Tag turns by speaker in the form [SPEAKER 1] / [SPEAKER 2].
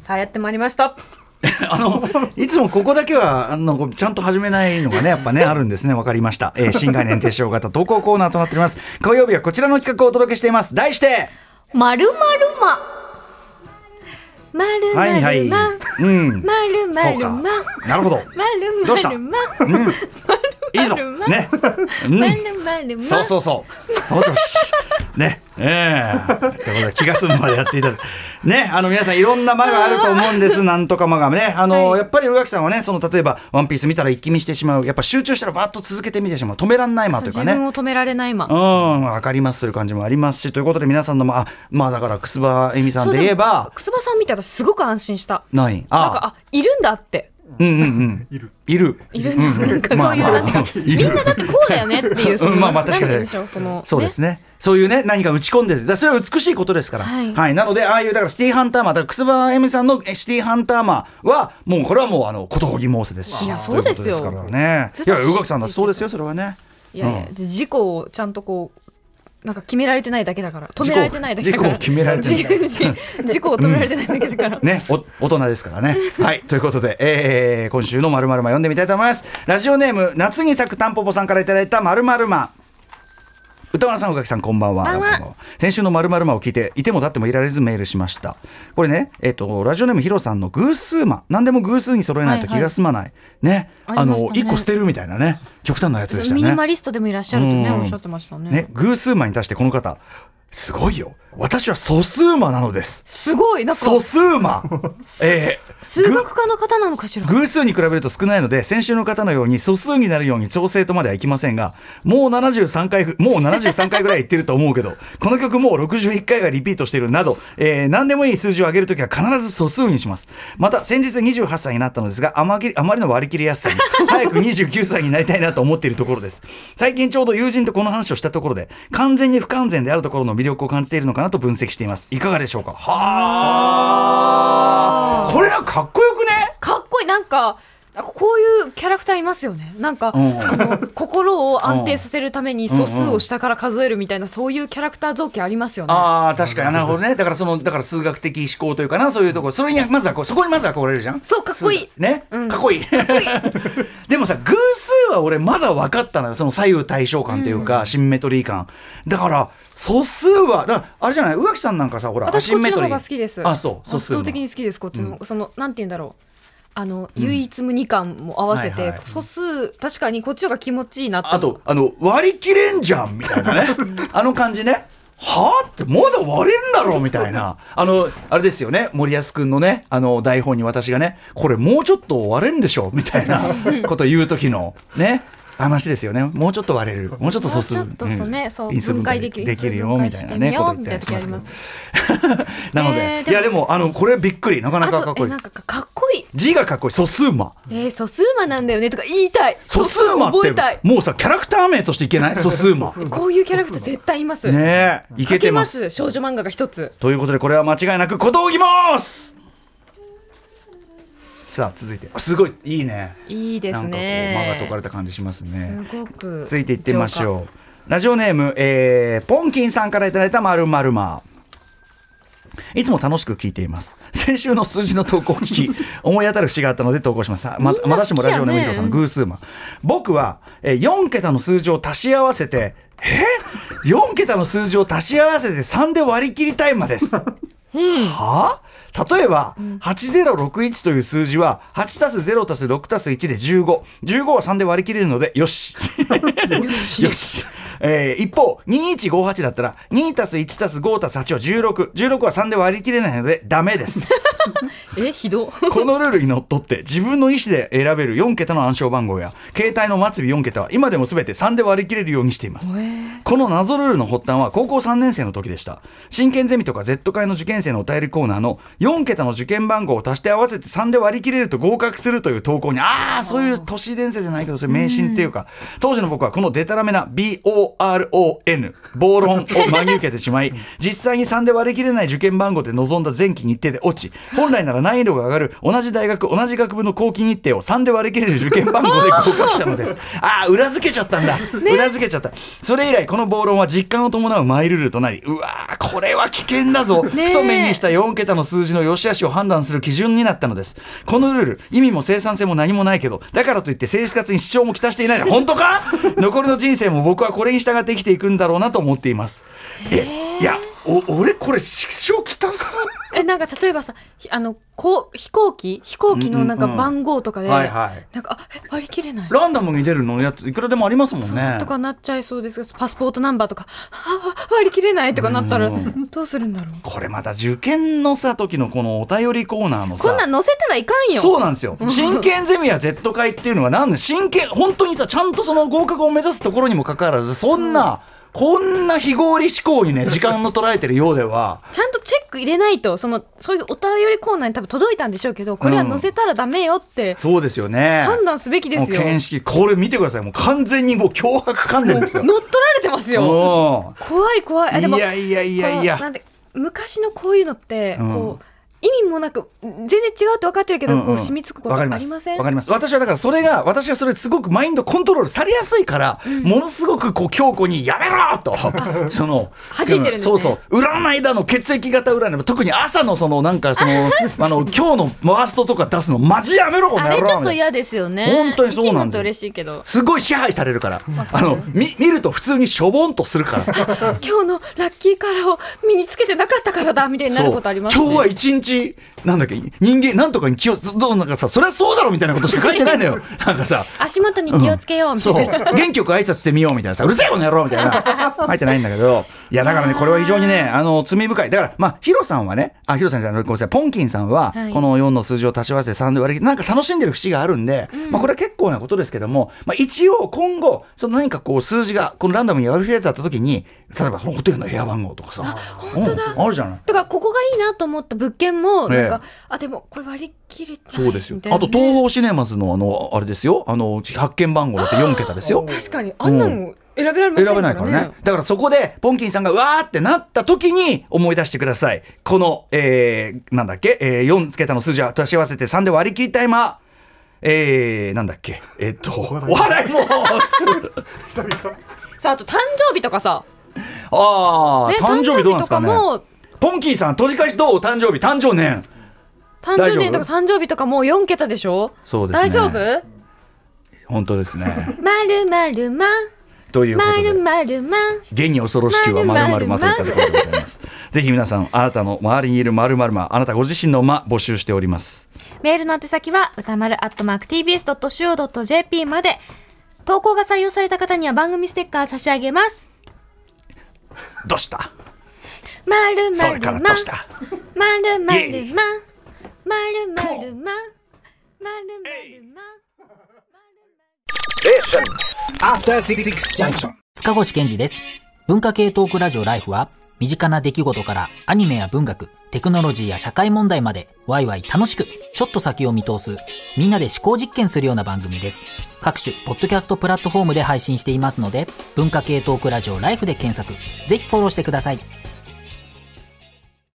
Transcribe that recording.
[SPEAKER 1] さあやってまいりました
[SPEAKER 2] あの、いつもここだけは、あの、ちゃんと始めないのがね、やっぱね、あるんですね。わかりました。えー新概念提唱型投稿コーナーとなっております。火曜日はこちらの企画をお届けしています。題して、
[SPEAKER 1] まるまるま。まるま
[SPEAKER 2] はいは
[SPEAKER 1] る
[SPEAKER 2] い
[SPEAKER 1] ま。
[SPEAKER 2] うん
[SPEAKER 1] まるま
[SPEAKER 2] そう
[SPEAKER 1] る
[SPEAKER 2] か
[SPEAKER 1] ま。。
[SPEAKER 2] なるほど。
[SPEAKER 1] まる
[SPEAKER 2] ど
[SPEAKER 1] ま
[SPEAKER 2] うした
[SPEAKER 1] るま。
[SPEAKER 2] いいぞ。
[SPEAKER 1] ま
[SPEAKER 2] ね。
[SPEAKER 1] ま
[SPEAKER 2] うん。
[SPEAKER 1] るまるま。
[SPEAKER 2] そうそうそう。その調子。ね。ええということで気が済むまでやっていただく。ね。あの、皆さんいろんな間があると思うんです。なんとか間がね。あの、
[SPEAKER 1] はい
[SPEAKER 2] やっぱり宇垣さんはね、その、例えば、ワンピース見たら一気見してしまう。やっぱ集中したらバッと続けて見てしまう。止めらんない間という
[SPEAKER 1] 自
[SPEAKER 2] かね。
[SPEAKER 1] 分を止められない
[SPEAKER 2] うん
[SPEAKER 1] 今。、
[SPEAKER 2] わかりますという感じもありますし、ということで皆さんのも、あ、まあだから、くすばえみさんで言えば、
[SPEAKER 1] くすばさん見て私すごく安心した。
[SPEAKER 2] ない。
[SPEAKER 1] なんか
[SPEAKER 2] あ、
[SPEAKER 1] あいるんだって。
[SPEAKER 2] うんうんうん。いる。いる。
[SPEAKER 1] いるんだ。なんかそういうなんていうかみんなだってこうだよねっていうその
[SPEAKER 2] うんまあまあ
[SPEAKER 1] なん
[SPEAKER 2] 確か
[SPEAKER 1] て言
[SPEAKER 2] に
[SPEAKER 1] うんでしょうその
[SPEAKER 2] そうですね。そういうね、何か打ち込んでて、だからそれは美しいことですから。は。
[SPEAKER 1] はいい
[SPEAKER 2] なので、ああいう、だからシティハンターマン、だから、くすばえみさんのえシティハンターマンは、もうこれはもう、あの、ことほぎ申せですし。
[SPEAKER 1] いやそうですよ
[SPEAKER 2] ということですからね。
[SPEAKER 1] ずっ
[SPEAKER 2] い
[SPEAKER 1] と
[SPEAKER 2] や、宇垣さんだってそうですよ、それはね。
[SPEAKER 1] いやいや事故をちゃんとこう。なんか決められてないだけだから止められてないだけだから
[SPEAKER 2] 事故を決められてない
[SPEAKER 1] い 事故を止められてないだけだから、
[SPEAKER 2] ね、お大人ですからね。はい、ということで、えー今週のまるまるま読んでみたいと思います。ラジオネーム夏に咲くたんぽぽさんからいただいたまるまるま。歌丸さん、おかきさん、こんばんは。
[SPEAKER 1] こんばんは
[SPEAKER 2] こんばんは先週のまるまるまを聞いて、いても立ってもいられずメールしました。これね、えっ、と、ラジオネームヒロさんの偶数魔、何でも偶数に揃えないと気が済まない。ね、
[SPEAKER 1] あ
[SPEAKER 2] あ
[SPEAKER 1] りまし
[SPEAKER 2] の、
[SPEAKER 1] たね
[SPEAKER 2] 一個捨てるみたいなね、極端なやつでしたね。
[SPEAKER 1] ミニマリストでもいらっしゃるとね
[SPEAKER 2] うん
[SPEAKER 1] おっしゃってましたね
[SPEAKER 2] ね、偶数魔に対してこの方、すごいよ。私は素数魔なのです。
[SPEAKER 1] すごいなんか
[SPEAKER 2] 素 数魔。えー
[SPEAKER 1] 数学科の方なのかしら
[SPEAKER 2] 偶数に比べると少ないので先週の方のように素数になるように調整とまではいきませんがもう73回ぐもう73回ぐらい言ってると思うけどこの曲もう61回がリピートしているなど、えー何でもいい数字を上げるときは必ず素数にしますまた先日28歳になったのですがあまりあまりの割り切りやすさに 早く29歳になりたいなと思っているところです最近ちょうど友人とこの話をしたところで完全に不完全であるところの魅力を感じているのかなと分析していますいかがでしょうかはあこれはかっこよくね
[SPEAKER 1] かっこいいなんかなんかこういうキャラクターいますよねなんか、
[SPEAKER 2] うん
[SPEAKER 1] あの心を安定させるために素数を下から数えるみたいな、そういうキャラクター造形ありますよね
[SPEAKER 2] ああ確かになるほどねだからそのだから数学的思考というかなそういうところそれにまずはこうそこにまずはこれるじゃん
[SPEAKER 1] そうかっこいい
[SPEAKER 2] 数ね、
[SPEAKER 1] うん
[SPEAKER 2] かっこいい でもさ偶数は俺まだ分かったのよその左右対称感というか、シンメトリー感だから素数はだからあれじゃない宇垣さんなんかさほらア
[SPEAKER 1] 私
[SPEAKER 2] シ
[SPEAKER 1] こ
[SPEAKER 2] ン
[SPEAKER 1] っ
[SPEAKER 2] メ
[SPEAKER 1] ち
[SPEAKER 2] ト
[SPEAKER 1] の
[SPEAKER 2] リ
[SPEAKER 1] 方
[SPEAKER 2] ー
[SPEAKER 1] が好きです
[SPEAKER 2] あそう素
[SPEAKER 1] 圧
[SPEAKER 2] 数の
[SPEAKER 1] 倒的に好きですこっちの、そのなんて言うんだろうあの、唯一無二感も合わせて、
[SPEAKER 2] はいはい
[SPEAKER 1] 素数確かにこっちの方が気持ちいいなって
[SPEAKER 2] あとあの割り切れんじゃんみた いなねあの感じねはあってまだ割れんだろみたいなあのあれですよね森保君のねあの台本に私がねこれもうちょっと割れんでしょみたい なこと言う時のね話ですよねもうちょっと割れるもうちょっと素数
[SPEAKER 1] もうちょっとそうね
[SPEAKER 2] ん
[SPEAKER 1] そう
[SPEAKER 2] 因数
[SPEAKER 1] 分解できる
[SPEAKER 2] できるよ
[SPEAKER 1] 分解
[SPEAKER 2] みた
[SPEAKER 1] し
[SPEAKER 2] い
[SPEAKER 1] て
[SPEAKER 2] なね
[SPEAKER 1] み
[SPEAKER 2] こ
[SPEAKER 1] よう
[SPEAKER 2] と言ったりしますけど
[SPEAKER 1] み
[SPEAKER 2] なので、
[SPEAKER 1] えーでも
[SPEAKER 2] いやでもあのこれびっくりなかな
[SPEAKER 1] あ
[SPEAKER 2] かか
[SPEAKER 1] と
[SPEAKER 2] っこ
[SPEAKER 1] え
[SPEAKER 2] いい
[SPEAKER 1] なんかかっこいい
[SPEAKER 2] 字がかっこいい素数魔
[SPEAKER 1] えー、素数魔なんだよねとか言いたい
[SPEAKER 2] 素数魔っ
[SPEAKER 1] 覚えた
[SPEAKER 2] て
[SPEAKER 1] い
[SPEAKER 2] もうさキャラクター名としていけない 素数魔
[SPEAKER 1] こういうキャラクター絶対います
[SPEAKER 2] ねえいけ
[SPEAKER 1] 書
[SPEAKER 2] て
[SPEAKER 1] け
[SPEAKER 2] ま
[SPEAKER 1] ますす少女漫画が一つ
[SPEAKER 2] ということでこれは間違いなく小峠ますさあ続いてすごいいいね
[SPEAKER 1] いいで
[SPEAKER 2] な
[SPEAKER 1] す
[SPEAKER 2] んかこ
[SPEAKER 1] ね
[SPEAKER 2] う間が解かれた感じしますね
[SPEAKER 1] すごく
[SPEAKER 2] ついていってみましょうラジオネーム、えーポンキンさんからいただいたまるまるまいつも楽しく聞いています先週の数字の投稿を 聞き思い当たる節があったので投稿しますさあま
[SPEAKER 1] みんな好きやね
[SPEAKER 2] まだしもラジオネームヒロさんの偶数魔僕は、え4桁の数字を足し合わせてえ4桁の数字を足し合わせて3で割り切りタイマーですはあ例えば、8061という数字は8たす0たす6たす1で1515は3で割り切れるのでよしよし、えー一方2158だったら2たす1たす5たす8は1616は3で割り切れないのでダメです
[SPEAKER 1] えひど
[SPEAKER 2] このルールにのっとって自分の意思で選べる4桁の暗証番号や携帯の末尾4桁は今でも全て3で割り切れるようにしていますこの謎ルールの発端は高校3年生の時でした真剣ゼミとか Z 会の受験生のお便りコーナーの4桁の受験番号を足して合わせて3で割り切れると合格するという投稿にああそういう都市伝説じゃないけどそれ迷信っていうか当時の僕はこのデタラメな BORE BORON 暴論を真に受けてしまい実際に3で割り切れない受験番号で臨んだ前期日程で落ち本来なら難易度が上がる同じ大学同じ学部の後期日程を3で割り切れる受験番号で合格したのです ああ裏付けちゃったんだ、裏付けちゃったそれ以来この暴論は実感を伴うマイルールとなりうわーこれは危険だぞ、
[SPEAKER 1] ねえ
[SPEAKER 2] ふと目にした4桁の数字の良し悪しを判断する基準になったのですこのルール意味も生産性も何もないけどだからといって生活に支障もきたしていないの本当 か残りの人生も僕はこれに従って生きていくんだろうなと思っていますえいやお俺これ支障きたす
[SPEAKER 1] えなんか例えばさひあのこう飛行機飛行機のなんか番号とかで、
[SPEAKER 2] うんうんうんはいはい
[SPEAKER 1] なんかあえ割り切れない
[SPEAKER 2] ランダムに出るのやついくらでもありますもんね
[SPEAKER 1] とかなっちゃいそうですがパスポートナンバーとかあ割り切れないとかなったら
[SPEAKER 2] うん
[SPEAKER 1] どうするんだろう
[SPEAKER 2] これまた受験のさ時のこのお便りコーナーのさ
[SPEAKER 1] こんなん載せたらいかんよ
[SPEAKER 2] そうなんですよ真剣ゼミや Z 会っていうのはなんで真剣本当にさちゃんとその合格を目指すところにもかかわらずそんな、こんな非合理思考にね時間の捉えてるようでは
[SPEAKER 1] ちゃんとチェック入れないとそのそういうお便りコーナーに多分届いたんでしょうけどこれは載せたらダメよって
[SPEAKER 2] そうですよね
[SPEAKER 1] 判断すべきで
[SPEAKER 2] もう
[SPEAKER 1] すよ、
[SPEAKER 2] 見識これ見てくださいもう完全にもう脅迫観念ですよ
[SPEAKER 1] 乗っ取られてますよ
[SPEAKER 2] も
[SPEAKER 1] 怖い怖いあで
[SPEAKER 2] う
[SPEAKER 1] も
[SPEAKER 2] いやいやいやい
[SPEAKER 1] こうな
[SPEAKER 2] や
[SPEAKER 1] んて昔のこういうのって、
[SPEAKER 2] うん
[SPEAKER 1] こう意味もなく全然違うって分かってるけど、
[SPEAKER 2] うんうん
[SPEAKER 1] こう染みつくこと
[SPEAKER 2] わ
[SPEAKER 1] あ
[SPEAKER 2] か
[SPEAKER 1] り
[SPEAKER 2] り
[SPEAKER 1] ま
[SPEAKER 2] ます
[SPEAKER 1] せん
[SPEAKER 2] わかります私はだからそれが私はそれすごくマインドコントロールされやすいから、ものすごくこう強固にやめろと その
[SPEAKER 1] 弾いてるんですね
[SPEAKER 2] そうそう占いだの血液型占いも特に朝のそのなんか そのあの今日のワーストとか出すのマジやめろこの
[SPEAKER 1] あ
[SPEAKER 2] 野
[SPEAKER 1] れ
[SPEAKER 2] 郎
[SPEAKER 1] ちょっと
[SPEAKER 2] みたいな
[SPEAKER 1] 嫌ですよね
[SPEAKER 2] 本当にそうなん
[SPEAKER 1] 一位
[SPEAKER 2] ですよ
[SPEAKER 1] と嬉しいけど
[SPEAKER 2] すごい支配されるからあの見見ると普通にしょぼんとするから
[SPEAKER 1] 今日のラッキーカラーを身につけてなかったからだみたいに なることあります
[SPEAKER 2] そう今日は
[SPEAKER 1] は
[SPEAKER 2] 一日なんだっけ人間なんとかに気をどうなんかさそれはそうだろうみたいなことしか書いてないの よなんかさ
[SPEAKER 1] 足元に気をつけようみた
[SPEAKER 2] そ
[SPEAKER 1] いうな、
[SPEAKER 2] 元気よく挨拶してみようみたいなさうるせえこの野郎みたいな入ってないんだけどいやだからねこれは非常にねあの罪深いだからまあヒロさんはねあヒロさんじゃないごめんなさいポンキンさんは、
[SPEAKER 1] はい
[SPEAKER 2] この4の数字を足し合わせて3で割り切ってなんか楽しんでる節があるんで、まあこれは結構なことですけども、まあ、一応今後その何かこう数字がこのランダムに割り振れた時に例えばホテルの部屋番号とかさ
[SPEAKER 1] 本当だ
[SPEAKER 2] うんあるじゃない
[SPEAKER 1] とかここがいいなと思った物件もなんか、
[SPEAKER 2] え
[SPEAKER 1] あでもこれ割り切れた
[SPEAKER 2] そうですよ
[SPEAKER 1] み。たい
[SPEAKER 2] あ
[SPEAKER 1] なね
[SPEAKER 2] と東宝シネマズのあのあれですよ。あの発見番号だって4桁ですよ。
[SPEAKER 1] 確かにあんなの選べられません
[SPEAKER 2] 選
[SPEAKER 1] からね
[SPEAKER 2] べないからね。だからそこでポンキンさんがわーってなった時に思い出してください。この、えー、なんだっけ、えー、4桁の数字は足し合わせて3で割り切りタイマー。えー、なんだっけ、えっと、お
[SPEAKER 3] 笑い
[SPEAKER 2] 笑いもする。
[SPEAKER 3] 久々
[SPEAKER 1] さああと誕生日とかさ、
[SPEAKER 2] あー、
[SPEAKER 1] ね
[SPEAKER 2] 誕生日どうなんですかね
[SPEAKER 1] 誕生日。とかも
[SPEAKER 2] ポンキンさん、取り返しどう誕生日、誕生年。
[SPEAKER 1] 誕生年とか誕生日とかもう4桁でしょ
[SPEAKER 2] そうですね
[SPEAKER 1] 大丈夫
[SPEAKER 2] 本当ですね。
[SPEAKER 1] まるまるま
[SPEAKER 2] ということ
[SPEAKER 1] ま
[SPEAKER 2] で
[SPEAKER 1] る。まるま
[SPEAKER 2] 現に恐ろしきはまるまるまといったところでございます。ぜひ皆さん、あなたの周りにいるまるまるま、あなたご自身のま募集しております。
[SPEAKER 1] メールの宛先は歌丸アットマーク TBS.CO.JP まで投稿が採用された方には番組ステッカー差し上げます
[SPEAKER 2] どうした
[SPEAKER 1] まるま
[SPEAKER 2] それ
[SPEAKER 1] る
[SPEAKER 2] か
[SPEAKER 1] ま
[SPEAKER 2] らどうした
[SPEAKER 1] まるま
[SPEAKER 2] イエ
[SPEAKER 1] る
[SPEAKER 2] イ
[SPEAKER 1] ままるまるままるまるま
[SPEAKER 4] After City Junction.
[SPEAKER 5] 塚越健治です。文化系トークラジオライフは、身近な出来事からアニメや文学、テクノロジーや社会問題まで、ワイワイ楽しく、ちょっと先を見通す、みんなで思考実験するような番組です。各種、ポッドキャストプラットフォームで配信していますので、文化系トークラジオライフで検索、ぜひフォローしてください。